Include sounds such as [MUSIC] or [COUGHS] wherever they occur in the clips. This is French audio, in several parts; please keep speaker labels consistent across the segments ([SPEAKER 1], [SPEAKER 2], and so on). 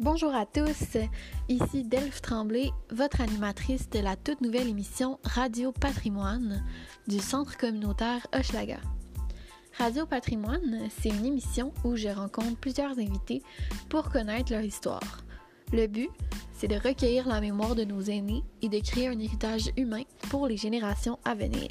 [SPEAKER 1] Bonjour à tous, ici Delphes Tremblay, votre animatrice de la toute nouvelle émission Radio Patrimoine du Centre communautaire Hochelaga. Radio Patrimoine, c'est une émission où je rencontre plusieurs invités pour connaître leur histoire. Le but, c'est de recueillir la mémoire de nos aînés et de créer un héritage humain pour les générations à venir.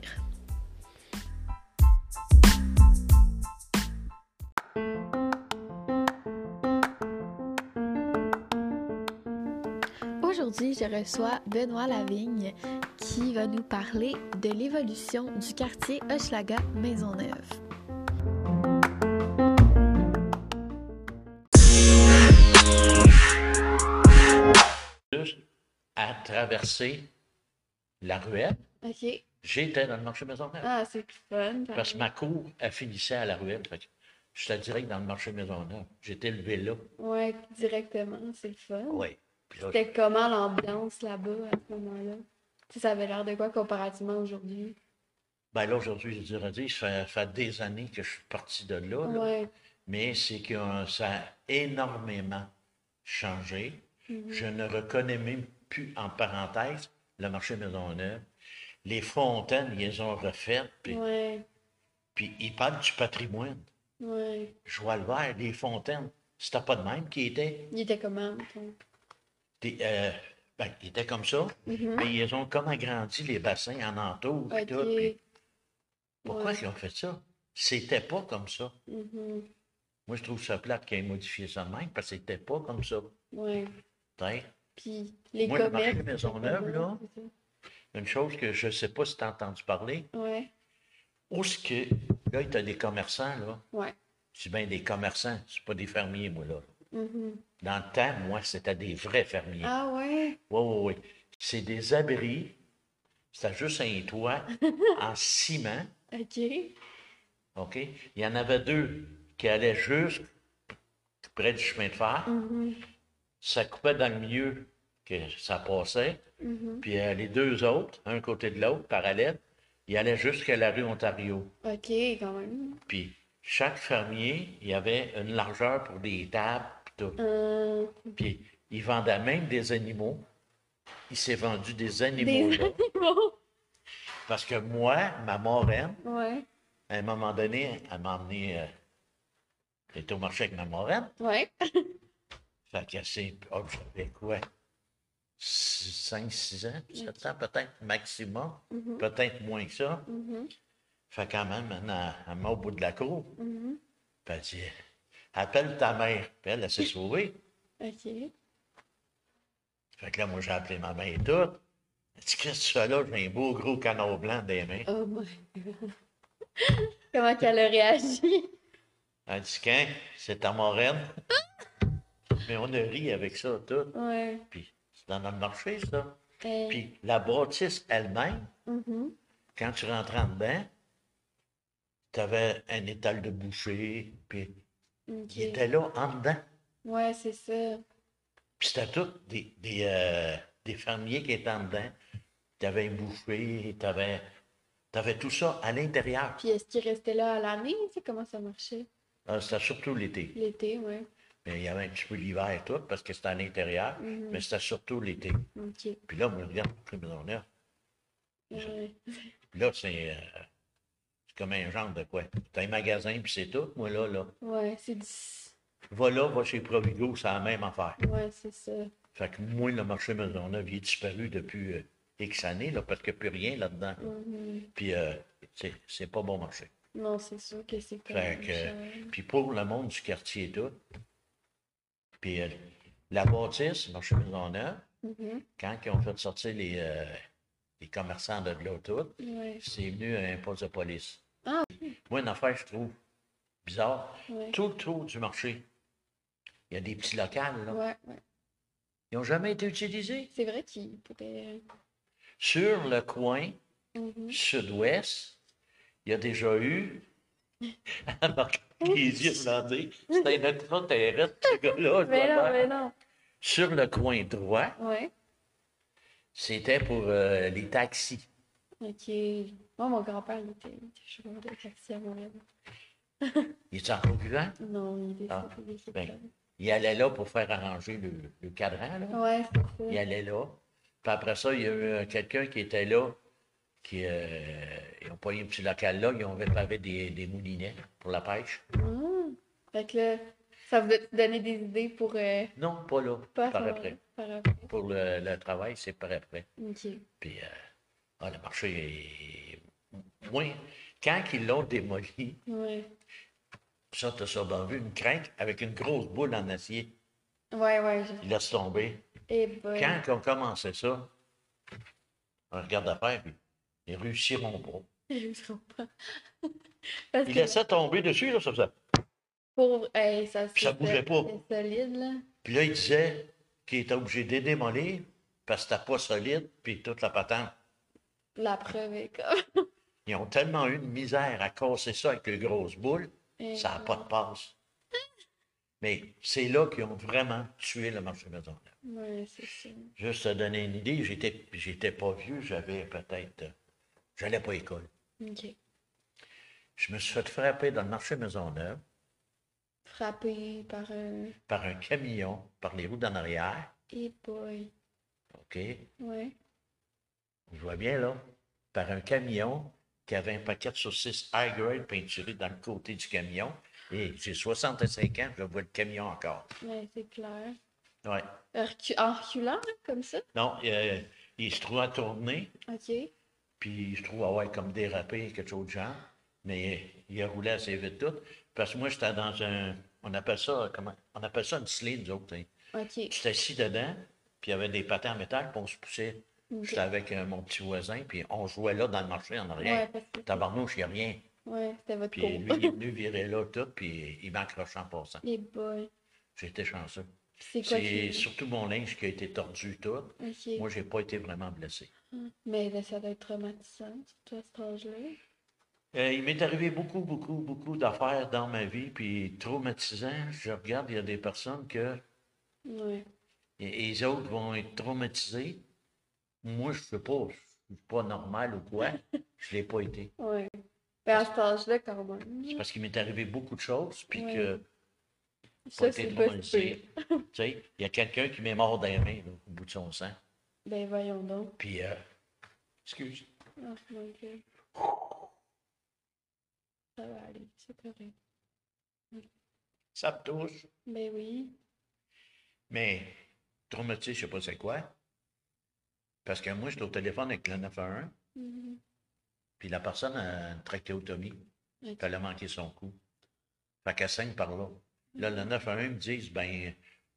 [SPEAKER 1] Aujourd'hui, je reçois Benoît Lavigne qui va nous parler de l'évolution du quartier Hochelaga Maisonneuve.
[SPEAKER 2] Juste à traverser la ruelle,
[SPEAKER 3] OK.
[SPEAKER 2] j'étais dans le marché Maisonneuve.
[SPEAKER 3] Ah, c'est plus fun. pareil.
[SPEAKER 2] Parce que ma cour, elle finissait à la ruelle. Fait que j'étais direct dans le marché Maisonneuve. J'étais élevé là.
[SPEAKER 3] Ouais, directement, c'est le fun.
[SPEAKER 2] Oui. Puis là,
[SPEAKER 3] C'était comment l'ambiance là-bas à ce moment-là? Tu sais, ça avait l'air de quoi comparativement aujourd'hui?
[SPEAKER 2] ben là, aujourd'hui, je dirais, dire, ça fait, fait des années que je suis parti de là. là.
[SPEAKER 3] Ouais.
[SPEAKER 2] Mais c'est que euh, ça a énormément changé.
[SPEAKER 3] Mhm.
[SPEAKER 2] Je ne reconnais même plus, en parenthèse, le marché Maisonneuve. Les fontaines, ils les ont refaites. Puis,
[SPEAKER 3] Ouais.
[SPEAKER 2] puis ils parlent du patrimoine.
[SPEAKER 3] Ouais.
[SPEAKER 2] Joie le vert, les fontaines, c'était pas de même qui était.
[SPEAKER 3] Il était comment? mettons?
[SPEAKER 2] Des, euh, ben, ils étaient comme ça,
[SPEAKER 3] Mhm.
[SPEAKER 2] mais ils ont comme agrandi les bassins en entour. et tout,
[SPEAKER 3] Ok.
[SPEAKER 2] puis pourquoi
[SPEAKER 3] Ouais.
[SPEAKER 2] ils ont fait ça? C'était pas comme ça.
[SPEAKER 3] Mhm.
[SPEAKER 2] Moi, je trouve ça plate qu'ils aient modifié ça de même parce que c'était pas comme ça.
[SPEAKER 3] Ouais.
[SPEAKER 2] T'sais,
[SPEAKER 3] Puis les
[SPEAKER 2] Moi, le
[SPEAKER 3] commerces.
[SPEAKER 2] marché
[SPEAKER 3] c'était
[SPEAKER 2] Maisonneuve,
[SPEAKER 3] comment,
[SPEAKER 2] là.
[SPEAKER 3] c'est ça?
[SPEAKER 2] Une chose que je sais pas si tu as entendu parler,
[SPEAKER 3] Ouais.
[SPEAKER 2] où ce que. Là, il y a des commerçants, là.
[SPEAKER 3] Ouais.
[SPEAKER 2] C'est bien des commerçants, c'est pas des fermiers, moi, là.
[SPEAKER 3] Mhm.
[SPEAKER 2] Dans le temps, moi, c'était des vrais fermiers.
[SPEAKER 3] Ah ouais.
[SPEAKER 2] Oui, oui, oui. C'est des abris. C'était juste un toit en ciment.
[SPEAKER 3] OK.
[SPEAKER 2] OK? Il y en avait deux qui allaient juste près du chemin de fer.
[SPEAKER 3] Mhm.
[SPEAKER 2] Ça coupait dans le milieu que ça passait.
[SPEAKER 3] Mhm.
[SPEAKER 2] Puis euh, les deux autres, un côté de l'autre, parallèle, ils allaient jusqu'à la rue Ontario.
[SPEAKER 3] OK, quand même.
[SPEAKER 2] Puis chaque fermier, il y avait une largeur pour des tables. puis tout. [LAUGHS]
[SPEAKER 3] Euh,
[SPEAKER 2] Puis ils vendaient même des animaux. Il s'est vendu des animaux
[SPEAKER 3] Des
[SPEAKER 2] là.
[SPEAKER 3] animaux.
[SPEAKER 2] Parce que moi, ma moraine,
[SPEAKER 3] Ouais.
[SPEAKER 2] à un moment donné, elle m'a emmené. euh, j'étais au marché avec ma moraine.
[SPEAKER 3] Ouais. [LAUGHS]
[SPEAKER 2] Fait que c'est. Oh, j'avais quoi? 5, 6 ans, 7 ans, peut-être maximum,
[SPEAKER 3] Mhm.
[SPEAKER 2] peut-être moins que ça.
[SPEAKER 3] Mhm.
[SPEAKER 2] Fait quand même, maintenant, elle m'a au bout de la cour.
[SPEAKER 3] Mhm.
[SPEAKER 2] Puis elle dit Appelle ta mère. Puis elle, elle s'est sauvée.
[SPEAKER 3] OK.
[SPEAKER 2] Fait que là, moi, j'ai appelé ma mère et tout. Elle dit Qu'est-ce que tu fais là? J'ai un beau gros canard blanc dans les mains.
[SPEAKER 3] Oh my god. [LAUGHS] Comment qu'elle a réagi?
[SPEAKER 2] Elle dit Qu'un, c'est ta moraine. Mais on a ri avec ça, tout.
[SPEAKER 3] Ouais.
[SPEAKER 2] Puis c'est dans le marché, ça.
[SPEAKER 3] Hey.
[SPEAKER 2] Puis la bâtisse elle-même,
[SPEAKER 3] Mhm.
[SPEAKER 2] quand tu rentrais en dedans, tu avais un étal de boucher, puis
[SPEAKER 3] Ok.
[SPEAKER 2] il était là en dedans.
[SPEAKER 3] Ouais, c'est ça.
[SPEAKER 2] Puis c'était tous des, des, euh, des fermiers qui étaient en dedans. Tu avais un boucher, tu avais, tout ça à l'intérieur.
[SPEAKER 3] Puis est-ce qu'il restait là à l'année? Tu sais comment ça marchait?
[SPEAKER 2] Euh, C'était surtout l'été.
[SPEAKER 3] L'été, ouais.
[SPEAKER 2] Mais il y avait un petit peu l'hiver et tout, parce que c'était à l'intérieur,
[SPEAKER 3] Mhm.
[SPEAKER 2] mais c'était surtout l'été.
[SPEAKER 3] Ok.
[SPEAKER 2] Puis là, moi, je regarde la maison-là.
[SPEAKER 3] Ouais.
[SPEAKER 2] Puis là, c'est euh, c'est comme un genre de quoi. T'as un magasin, puis c'est tout, moi, là, là.
[SPEAKER 3] Ouais, c'est du.
[SPEAKER 2] Va là, va chez Provigo, c'est la même affaire.
[SPEAKER 3] Ouais, c'est ça.
[SPEAKER 2] Fait que moi, le marché Maisonneuve, il est disparu depuis euh, X années, là, parce qu'il n'y a plus rien là-dedans.
[SPEAKER 3] Mhm.
[SPEAKER 2] Puis, euh, c'est- c'est pas bon marché.
[SPEAKER 3] Non, c'est sûr que c'est comme
[SPEAKER 2] Fait que, puis pour le monde du quartier et tout, puis euh, la bâtisse, marché Maisonneuve,
[SPEAKER 3] Mhm.
[SPEAKER 2] quand ils ont fait sortir les, euh, les commerçants de là tout,
[SPEAKER 3] Ouais.
[SPEAKER 2] c'est venu à un poste de police.
[SPEAKER 3] Ah.
[SPEAKER 2] Moi, une affaire, je trouve bizarre.
[SPEAKER 3] Ouais.
[SPEAKER 2] Tout le tour du marché, il y a des petits locales, là.
[SPEAKER 3] Ouais, ouais.
[SPEAKER 2] Ils n'ont jamais été utilisés.
[SPEAKER 3] C'est vrai qu'il pourrait.
[SPEAKER 2] Sur le coin
[SPEAKER 3] Mhm.
[SPEAKER 2] sud-ouest, il y a déjà eu. [LAUGHS] Marc- les Irlandais, c'était un extraterrestre, ce gars-là. je
[SPEAKER 3] Mais
[SPEAKER 2] dois
[SPEAKER 3] non,
[SPEAKER 2] le faire.
[SPEAKER 3] mais non.
[SPEAKER 2] Sur le coin droit,
[SPEAKER 3] Ouais.
[SPEAKER 2] c'était pour euh, les taxis.
[SPEAKER 3] Ok. Moi, mon grand-père, il était, il était chauffeur de taxi à Montréal.
[SPEAKER 2] Il est encore vivant?
[SPEAKER 3] Non, il est
[SPEAKER 2] Ah,
[SPEAKER 3] décédé. il est
[SPEAKER 2] ben,
[SPEAKER 3] décédé.
[SPEAKER 2] il allait là pour faire arranger le, le cadran. Là.
[SPEAKER 3] Ouais, c'est
[SPEAKER 2] Il
[SPEAKER 3] ça.
[SPEAKER 2] allait là. Puis après ça, il y a eu un- quelqu'un qui était là, qui euh, ils ont pogné un petit local là, ils ont réparé des, des moulinets pour la pêche.
[SPEAKER 3] Ah. Fait que là, ça vous a donné des idées pour. euh,
[SPEAKER 2] Non, pas là,
[SPEAKER 3] pas
[SPEAKER 2] par
[SPEAKER 3] faire-
[SPEAKER 2] après.
[SPEAKER 3] Par après.
[SPEAKER 2] Pour le, le travail, c'est par après.
[SPEAKER 3] Ok.
[SPEAKER 2] Puis, euh, ah, le marché est moins. Quand ils l'ont démoli,
[SPEAKER 3] Ouais.
[SPEAKER 2] ça, t'as sûrement vu, une crainte avec une grosse boule en acier.
[SPEAKER 3] Ouais, ouais. Je...
[SPEAKER 2] Il laisse tomber.
[SPEAKER 3] Eh boy.
[SPEAKER 2] Quand on commençait ça, on regarde l'affaire, puis ils réussiront pas.
[SPEAKER 3] [LAUGHS] Je me trompe pas. [LAUGHS] Parce
[SPEAKER 2] Ils
[SPEAKER 3] que
[SPEAKER 2] laissaient tomber dessus, là, ça faisait.
[SPEAKER 3] pour. Hey, ça,
[SPEAKER 2] Puis ça
[SPEAKER 3] c'était-
[SPEAKER 2] bougeait pas.
[SPEAKER 3] c'était solide, là.
[SPEAKER 2] Puis là, il disait qu'il était obligé de les démolir parce que c'était pas solide, puis toute la patente.
[SPEAKER 3] La preuve est comme. [LAUGHS]
[SPEAKER 2] Ils ont tellement eu de misère à casser ça avec les grosses boules,
[SPEAKER 3] Eh,
[SPEAKER 2] ça n'a pas de passe. Mais c'est là qu'ils ont vraiment tué le marché maison.
[SPEAKER 3] Ouais, c'est ça.
[SPEAKER 2] Juste te donner une idée, j'étais, j'étais pas vieux, j'avais peut-être. euh, J'allais pas à l'école.
[SPEAKER 3] Ok.
[SPEAKER 2] Je me suis fait frapper dans le marché Maisonneuve
[SPEAKER 3] Frappé par un.
[SPEAKER 2] par un camion, par les roues d'en arrière.
[SPEAKER 3] Eh boy.
[SPEAKER 2] OK?
[SPEAKER 3] Ouais.
[SPEAKER 2] Je vois bien, là. Par un camion qui avait un paquet de saucisses high grade peinturé dans le côté du camion. Et j'ai 65 ans, je vois le camion encore.
[SPEAKER 3] Ouais, c'est clair.
[SPEAKER 2] Ouais.
[SPEAKER 3] En recu- En reculant, là, comme ça.
[SPEAKER 2] Non, euh, il se trouve à tourner,
[SPEAKER 3] Ok.
[SPEAKER 2] puis il se trouve à avoir comme dérapé, quelque chose de genre. Mais il a roulé assez vite tout. Parce que moi, j'étais dans un. On appelle ça comment On appelle ça une slide, nous autres. hein.
[SPEAKER 3] Ok.
[SPEAKER 2] J'étais assis dedans, puis il y avait des patins en métal, puis on se poussait.
[SPEAKER 3] Ok.
[SPEAKER 2] J'étais avec euh, mon petit voisin, puis on jouait là dans le marché en
[SPEAKER 3] Ouais,
[SPEAKER 2] arrière.
[SPEAKER 3] parce que.
[SPEAKER 2] Tabarnouche, il n'y a rien.
[SPEAKER 3] Ouais, c'était votre
[SPEAKER 2] Puis
[SPEAKER 3] peau.
[SPEAKER 2] lui,
[SPEAKER 3] [LAUGHS]
[SPEAKER 2] il est venu virer là tout, puis il m'accroche en passant.
[SPEAKER 3] Eh boy.
[SPEAKER 2] J'étais chanceux.
[SPEAKER 3] C'est quoi
[SPEAKER 2] C'est
[SPEAKER 3] qui...
[SPEAKER 2] surtout mon linge qui a été tordu tout.
[SPEAKER 3] Ok. Hmm.
[SPEAKER 2] Moi, j'ai pas été vraiment blessé.
[SPEAKER 3] Mais là, ça doit être traumatisant, surtout à cet âge-là.
[SPEAKER 2] Euh, il m'est arrivé beaucoup, beaucoup, beaucoup d'affaires dans ma vie, puis traumatisant. Je regarde, il y a des personnes que
[SPEAKER 3] Ouais.
[SPEAKER 2] et- et les autres vont être traumatisées. Moi, je sais pas, je suis pas normal ou
[SPEAKER 3] [LAUGHS]
[SPEAKER 2] quoi. Je l'ai pas été.
[SPEAKER 3] Ouais. Mais à cet âge-là, quand même.
[SPEAKER 2] C'est parce qu'il m'est arrivé beaucoup de choses, puis
[SPEAKER 3] Ouais.
[SPEAKER 2] que pas
[SPEAKER 3] Ça,
[SPEAKER 2] été
[SPEAKER 3] c'est pas si pire.
[SPEAKER 2] traumatisé. [LAUGHS] Tu sais, il y a quelqu'un qui m'est mort dans les mains, là, au bout de son sang.
[SPEAKER 3] Ben, voyons donc.
[SPEAKER 2] Puis, euh, excuse.
[SPEAKER 3] Oh mon dieu. Ça va aller, c'est correct.
[SPEAKER 2] Ça me touche.
[SPEAKER 3] Ben oui.
[SPEAKER 2] Mais traumatisé, je sais pas c'est quoi. Parce que moi, j'étais au téléphone avec le 911,
[SPEAKER 3] Mhm.
[SPEAKER 2] puis la personne a une trachéotomie.
[SPEAKER 3] Ok.
[SPEAKER 2] Elle a manqué son coup. Fait qu'elle saigne par là. Là, le 911 me disent, ben,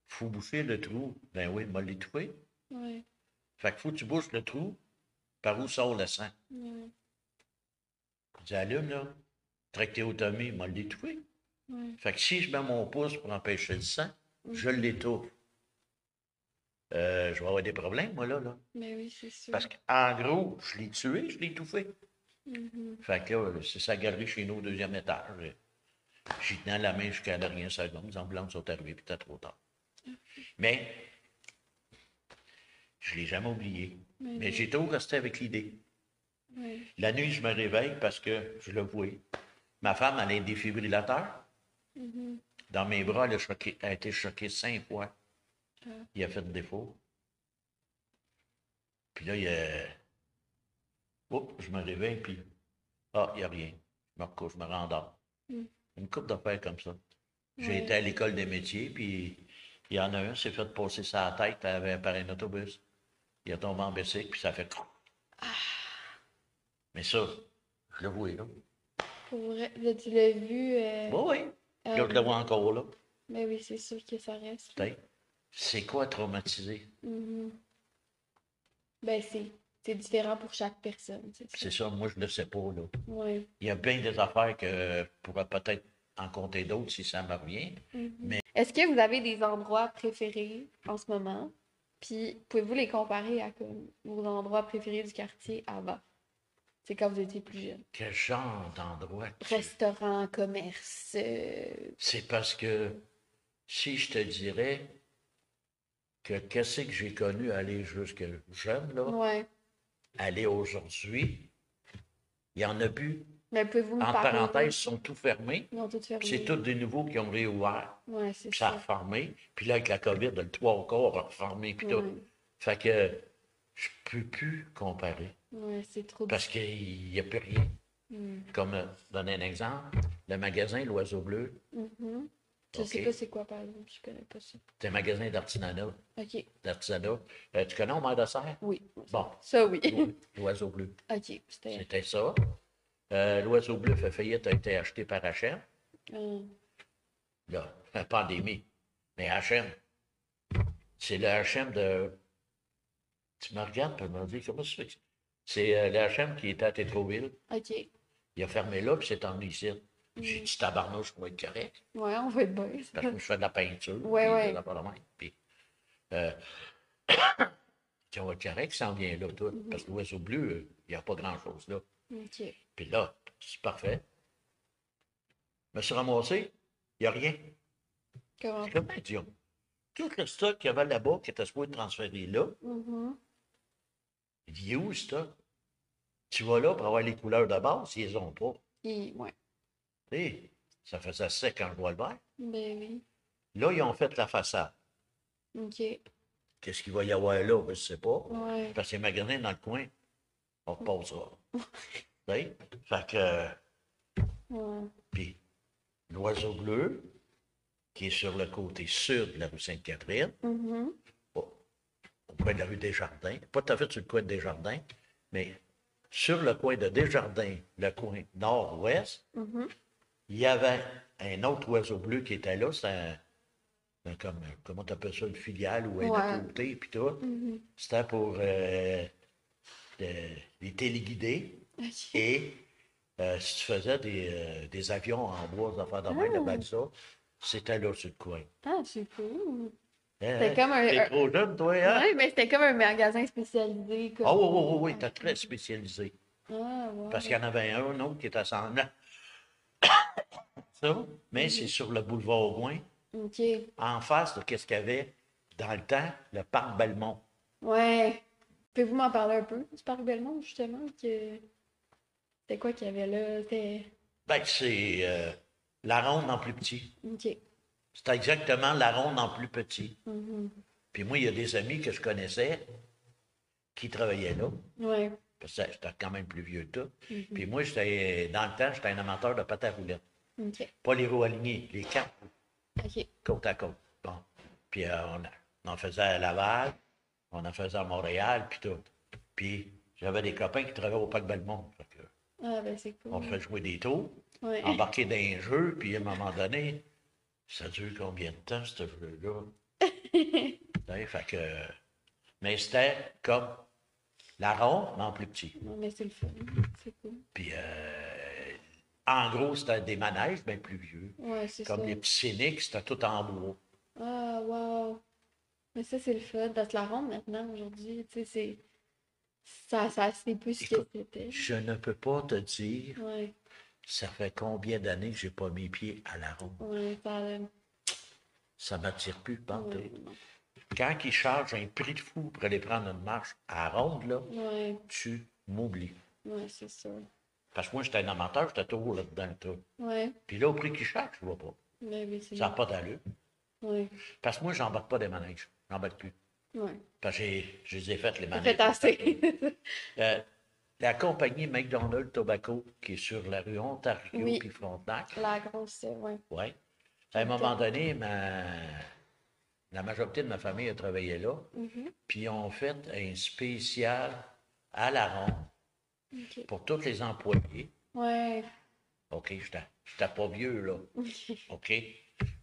[SPEAKER 2] faut boucher le trou. Ben oui, m'a l'étouffé.
[SPEAKER 3] Ouais,
[SPEAKER 2] Fait que faut que tu bouches le trou. Par où sort le sang?
[SPEAKER 3] ouais,
[SPEAKER 2] Je dis, allume, là. Trachéotomie, m'a l'étouffé.
[SPEAKER 3] ouais.
[SPEAKER 2] Fait que si je mets mon pouce pour empêcher le sang, je l'étouffe. Euh, je vais avoir des problèmes, moi, là. là.
[SPEAKER 3] Ben oui, c'est sûr.
[SPEAKER 2] Parce qu'en gros, je l'ai tué, je l'ai étouffé.
[SPEAKER 3] Mhm.
[SPEAKER 2] Fait que là, c'est sa galerie chez nous au deuxième étage. J'y tenais la main jusqu'à la dernière seconde. Les ambulances sont arrivées, puis c'était trop tard. Mais, je l'ai jamais oublié.
[SPEAKER 3] Ben
[SPEAKER 2] Mais
[SPEAKER 3] oui,
[SPEAKER 2] j'ai toujours resté avec l'idée.
[SPEAKER 3] ouais.
[SPEAKER 2] La nuit, je me réveille parce que je le voyais. Ma femme, elle a un défibrillateur.
[SPEAKER 3] Mhm.
[SPEAKER 2] Dans mes bras, elle a, choqué- elle a été choquée cinq fois.
[SPEAKER 3] Ah.
[SPEAKER 2] Il a fait le défaut. Puis là, il a... Oups, je me réveille, puis... Ah, il n'y a rien. Je me recouche, je me rendors.
[SPEAKER 3] Mm.
[SPEAKER 2] Une coupe d'affaires comme ça. J'ai
[SPEAKER 3] Ouais.
[SPEAKER 2] été à l'école des métiers, puis il y en a un s'est fait passer sa tête avec- par un autobus. Il est tombé en bicycle, puis ça fait... crou.
[SPEAKER 3] Ah.
[SPEAKER 2] Mais ça, je le vois, là.
[SPEAKER 3] Pour vrai, là, tu l'as vu. euh,
[SPEAKER 2] Oui, oui. Là,
[SPEAKER 3] euh,
[SPEAKER 2] je le vois encore, là.
[SPEAKER 3] Ben oui, c'est sûr que ça reste. là.
[SPEAKER 2] Peut-être. C'est quoi traumatisé?
[SPEAKER 3] Mhm. Ben c'est, c'est différent pour chaque personne, c'est ça.
[SPEAKER 2] C'est ça, moi, je ne le sais pas, là.
[SPEAKER 3] Ouais.
[SPEAKER 2] Il y a bien des affaires que je pourrais peut-être en compter d'autres si ça me revient. Mais-
[SPEAKER 3] Mhm. Est-ce que vous avez des endroits préférés en ce moment? Puis pouvez-vous les comparer à comme, vos endroits préférés du quartier avant? C'est quand vous étiez plus jeune.
[SPEAKER 2] Quel genre d'endroit? tu-
[SPEAKER 3] Restaurant, commerce. euh,
[SPEAKER 2] C'est parce que si je te dirais que qu'est-ce que j'ai connu aller jusque jeune, là,
[SPEAKER 3] Ouais.
[SPEAKER 2] aller aujourd'hui, il n'y en a plus.
[SPEAKER 3] Mais pouvez-vous me
[SPEAKER 2] En
[SPEAKER 3] parler?
[SPEAKER 2] parenthèse, sont tout fermés.
[SPEAKER 3] Ils ont tout fermé.
[SPEAKER 2] puis C'est tous des nouveaux qui ont réouvert.
[SPEAKER 3] Ouais, c'est
[SPEAKER 2] Puis ça a
[SPEAKER 3] ça.
[SPEAKER 2] refermé. Puis là, avec la COVID, le toit au corps a refermé. Puis tout.
[SPEAKER 3] Ouais.
[SPEAKER 2] Fait que je peux plus comparer
[SPEAKER 3] Ouais, c'est trop.
[SPEAKER 2] parce qu'il n'y a plus rien.
[SPEAKER 3] Mm.
[SPEAKER 2] Comme, euh, donner un exemple, le magasin L'Oiseau Bleu,
[SPEAKER 3] Mhm. Je sais
[SPEAKER 2] Ok.
[SPEAKER 3] pas c'est quoi, par exemple. Je connais pas ça.
[SPEAKER 2] c'est un magasin d'artisanat.
[SPEAKER 3] OK.
[SPEAKER 2] d'artisanat. Euh, tu connais Omer de Serre?
[SPEAKER 3] Oui.
[SPEAKER 2] Bon,
[SPEAKER 3] Ça, oui.
[SPEAKER 2] l'o- l'Oiseau Bleu,
[SPEAKER 3] OK. C'était.
[SPEAKER 2] c'était ça. Euh, L'Oiseau Bleu fait faillite, a été acheté par H&M.
[SPEAKER 3] Ah.
[SPEAKER 2] Là, la pandémie. Mais H&M, c'est le H&M de... Tu me regardes, puis je me dis, comment ça se fait? que- C'est euh, le H&M qui était à Tétroville.
[SPEAKER 3] OK.
[SPEAKER 2] Il a fermé là, puis c'est emmené ici.
[SPEAKER 3] Mm.
[SPEAKER 2] J'ai dit, tabarnouche, je vais être correct.
[SPEAKER 3] Ouais, on va être bon.
[SPEAKER 2] Parce que moi, je fais de la peinture.
[SPEAKER 3] Ouais,
[SPEAKER 2] puis
[SPEAKER 3] ouais.
[SPEAKER 2] de la palomètre, puis, euh, [COUGHS] tiens, on va être correct, ça en vient là, tout.
[SPEAKER 3] Mm-hmm.
[SPEAKER 2] Parce que l'oiseau bleu, euh, il n'y a pas grand-chose là.
[SPEAKER 3] OK.
[SPEAKER 2] Puis là, c'est parfait. Je me suis ramassé, il n'y a rien.
[SPEAKER 3] Comment?
[SPEAKER 2] C'est comme un idiot. Tout le stock qu'il y avait là-bas, qui était supposé transférer là,
[SPEAKER 3] Mhm.
[SPEAKER 2] il est où, ce stock? Tu vas là pour avoir les couleurs de base, ils les ont pas.
[SPEAKER 3] Et... Ouais.
[SPEAKER 2] Tu sais, ça faisait sec quand je vois le vert.
[SPEAKER 3] Ben oui.
[SPEAKER 2] Là, ils ont fait la façade.
[SPEAKER 3] OK.
[SPEAKER 2] Qu'est-ce qu'il va y avoir là? Je ne sais pas.
[SPEAKER 3] Ouais.
[SPEAKER 2] Parce que les magasins dans le coin, on repassera. Tu sais? Fait que, euh,
[SPEAKER 3] Ouais.
[SPEAKER 2] puis, l'oiseau bleu, qui est sur le côté sud de la rue Sainte-Catherine,
[SPEAKER 3] Mhm.
[SPEAKER 2] au au coin de la rue Desjardins, pas tout à fait sur le coin de Desjardins, mais sur le coin de Desjardins, le coin nord-ouest,
[SPEAKER 3] Mhm.
[SPEAKER 2] il y avait un autre oiseau bleu qui était là, c'était un- un comme, comment t'appelles ça, une filiale ou un
[SPEAKER 3] Ouais.
[SPEAKER 2] autre côté, puis tout.
[SPEAKER 3] Mhm.
[SPEAKER 2] C'était pour euh, de- les téléguidés.
[SPEAKER 3] OK.
[SPEAKER 2] Et euh, si tu faisais des, euh, des avions en bois, des affaires de même,
[SPEAKER 3] Ah.
[SPEAKER 2] de balle ça, c'était là sur le coin.
[SPEAKER 3] Ah, c'est cool.
[SPEAKER 2] Hein,
[SPEAKER 3] C'était
[SPEAKER 2] hein,
[SPEAKER 3] comme un-
[SPEAKER 2] T'es
[SPEAKER 3] un-
[SPEAKER 2] trop jeune, toi, hein?
[SPEAKER 3] Ouais, mais c'était comme un magasin spécialisé. Comme...
[SPEAKER 2] Ah oui, oui, oui, oui, t'es très spécialisé.
[SPEAKER 3] Ah, ouais.
[SPEAKER 2] oh. Parce qu'il y en avait un, un autre qui était semblant. [COUGHS] ça, mais c'est sur le boulevard Gouin,
[SPEAKER 3] OK.
[SPEAKER 2] en face de qu'est-ce qu'il y avait dans le temps, le parc Belmont.
[SPEAKER 3] Ouais. Pouvez-vous m'en parler un peu du parc Belmont, justement? Que... C'était quoi qu'il y avait là? C'était.
[SPEAKER 2] Ben, c'est euh, la ronde en plus petit.
[SPEAKER 3] OK.
[SPEAKER 2] C'est exactement la ronde en plus petit.
[SPEAKER 3] Mhm.
[SPEAKER 2] Puis moi, il y a des amis que je connaissais qui travaillaient là.
[SPEAKER 3] Ouais.
[SPEAKER 2] Parce que j'étais quand même plus vieux que tout. Puis moi, j'étais, dans le temps, j'étais un amateur de pâte à roulettes.
[SPEAKER 3] OK.
[SPEAKER 2] Pas les roues alignées, les quatre
[SPEAKER 3] OK.
[SPEAKER 2] côte à côte. Bon. Puis euh, on, on en faisait à Laval, on en faisait à Montréal, puis tout. Puis j'avais des copains qui travaillaient au Parc Belmont. Fait que
[SPEAKER 3] Ah, ben c'est cool.
[SPEAKER 2] on fait jouer des tours,
[SPEAKER 3] Ouais.
[SPEAKER 2] embarquer dans un jeu, puis à un moment donné, ça dure combien de temps, ce
[SPEAKER 3] [LAUGHS]
[SPEAKER 2] jeu-là? Ouais, fait que- Mais c'était comme la ronde, mais en plus petit.
[SPEAKER 3] Non, mais c'est le fun. C'est cool.
[SPEAKER 2] Puis, euh, en gros, c'était des manèges, mais plus vieux.
[SPEAKER 3] Ouais, c'est ça.
[SPEAKER 2] Comme les pisciniques, c'était tout en bois.
[SPEAKER 3] Ah, wow! Mais ça, c'est le fun. Parce que la ronde, maintenant, aujourd'hui, tu sais, c'est. Ça, ça, c'est plus ce que
[SPEAKER 2] Écoute,
[SPEAKER 3] c'était.
[SPEAKER 2] Je ne peux pas te dire,
[SPEAKER 3] Ouais,
[SPEAKER 2] ça fait combien d'années que j'ai pas mis pieds à la ronde.
[SPEAKER 3] ouais, ça. euh,
[SPEAKER 2] Ça m'attire plus, pantoute.
[SPEAKER 3] Ouais, non.
[SPEAKER 2] Quand ils chargent un prix de fou pour aller prendre une marche à la ronde, là,
[SPEAKER 3] ouais,
[SPEAKER 2] tu m'oublies.
[SPEAKER 3] ouais, c'est sûr.
[SPEAKER 2] Parce que moi, j'étais un amateur, j'étais toujours là-dedans. tout.
[SPEAKER 3] Ouais,
[SPEAKER 2] Puis là, au prix qu'ils chargent, je vois pas.
[SPEAKER 3] mais oui, c'est.
[SPEAKER 2] Ça n'a pas d'allure.
[SPEAKER 3] Ouais,
[SPEAKER 2] Parce que moi, j'embarque pas des manèges. J'embarque plus.
[SPEAKER 3] ouais.
[SPEAKER 2] Parce que j'ai- je les ai faites, les
[SPEAKER 3] Ça
[SPEAKER 2] manèges.
[SPEAKER 3] fait assez.
[SPEAKER 2] Euh, la compagnie McDonald's Tobacco, qui est sur la rue Ontario
[SPEAKER 3] Oui.
[SPEAKER 2] puis Frontenac,
[SPEAKER 3] [LAUGHS] La grosse, euh, ouais.
[SPEAKER 2] ouais. à un moment donné, ma- la majorité de ma famille a travaillé là,
[SPEAKER 3] Mhm.
[SPEAKER 2] puis ils ont fait un spécial à la ronde
[SPEAKER 3] Ok.
[SPEAKER 2] pour tous les employés.
[SPEAKER 3] Ouais, [LAUGHS]
[SPEAKER 2] OK, je n'étais pas vieux, là. OK.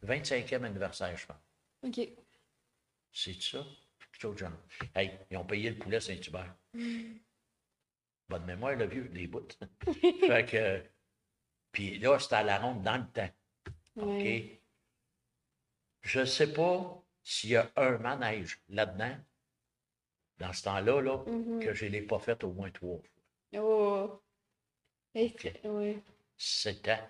[SPEAKER 2] 25e anniversaire, je pense.
[SPEAKER 3] ok.
[SPEAKER 2] C'est ça? Quelque chose de genre. Hey, ils ont payé le poulet Saint-Hubert. Bonne mémoire, le vieux, les bouts. fait que. Puis là, c'était à la ronde dans le temps.
[SPEAKER 3] Ouais.
[SPEAKER 2] OK? Je sais pas s'il y a un manège là-dedans, dans ce temps-là, là,
[SPEAKER 3] Mhm.
[SPEAKER 2] que je ne l'ai pas fait au moins trois fois.
[SPEAKER 3] Oh! Et c'est- ouais.
[SPEAKER 2] C'était.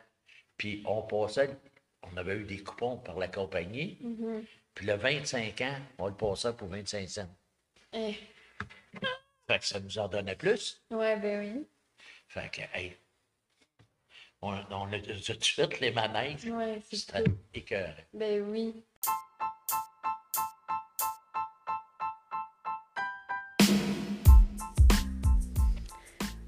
[SPEAKER 2] Puis on passait, on avait eu des coupons par la compagnie,
[SPEAKER 3] Mhm.
[SPEAKER 2] puis le 25 ans, on le passait pour 25 cents.
[SPEAKER 3] Eh,
[SPEAKER 2] Fait que ça nous en donnait plus.
[SPEAKER 3] Ouais, ben oui.
[SPEAKER 2] Fait que, hey, On, on a tout de suite les manèges.
[SPEAKER 3] Ouais, c'est
[SPEAKER 2] C'était
[SPEAKER 3] cool.
[SPEAKER 2] écœurant.
[SPEAKER 3] Ben oui.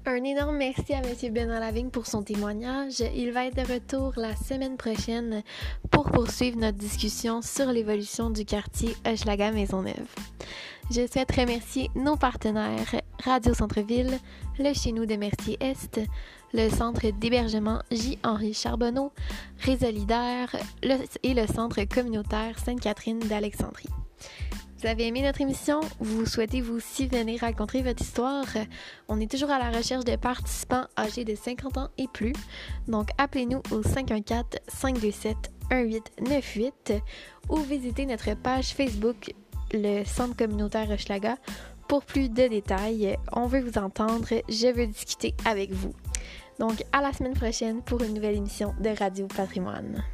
[SPEAKER 1] Un énorme merci à M. Benoît Lavigne pour son témoignage. Il va être de retour la semaine prochaine pour poursuivre notre discussion sur l'évolution du quartier Hochelaga Maisonneuve. Je souhaite remercier nos partenaires Radio Centre-Ville, le Chez nous de Mercier-Est, le Centre d'hébergement J-Henri Charbonneau, Résolidaire et le Centre communautaire Sainte-Catherine d'Alexandrie. Vous avez aimé notre émission? Vous souhaitez vous aussi venir raconter votre histoire? On est toujours à la recherche de participants âgés de 50 ans et plus. Donc appelez-nous au 514-527-1898 ou visitez notre page Facebook, le Centre communautaire Hochelaga. Pour plus de détails, on veut vous entendre, je veux discuter avec vous. Donc à la semaine prochaine pour une nouvelle émission de Radio Patrimoine.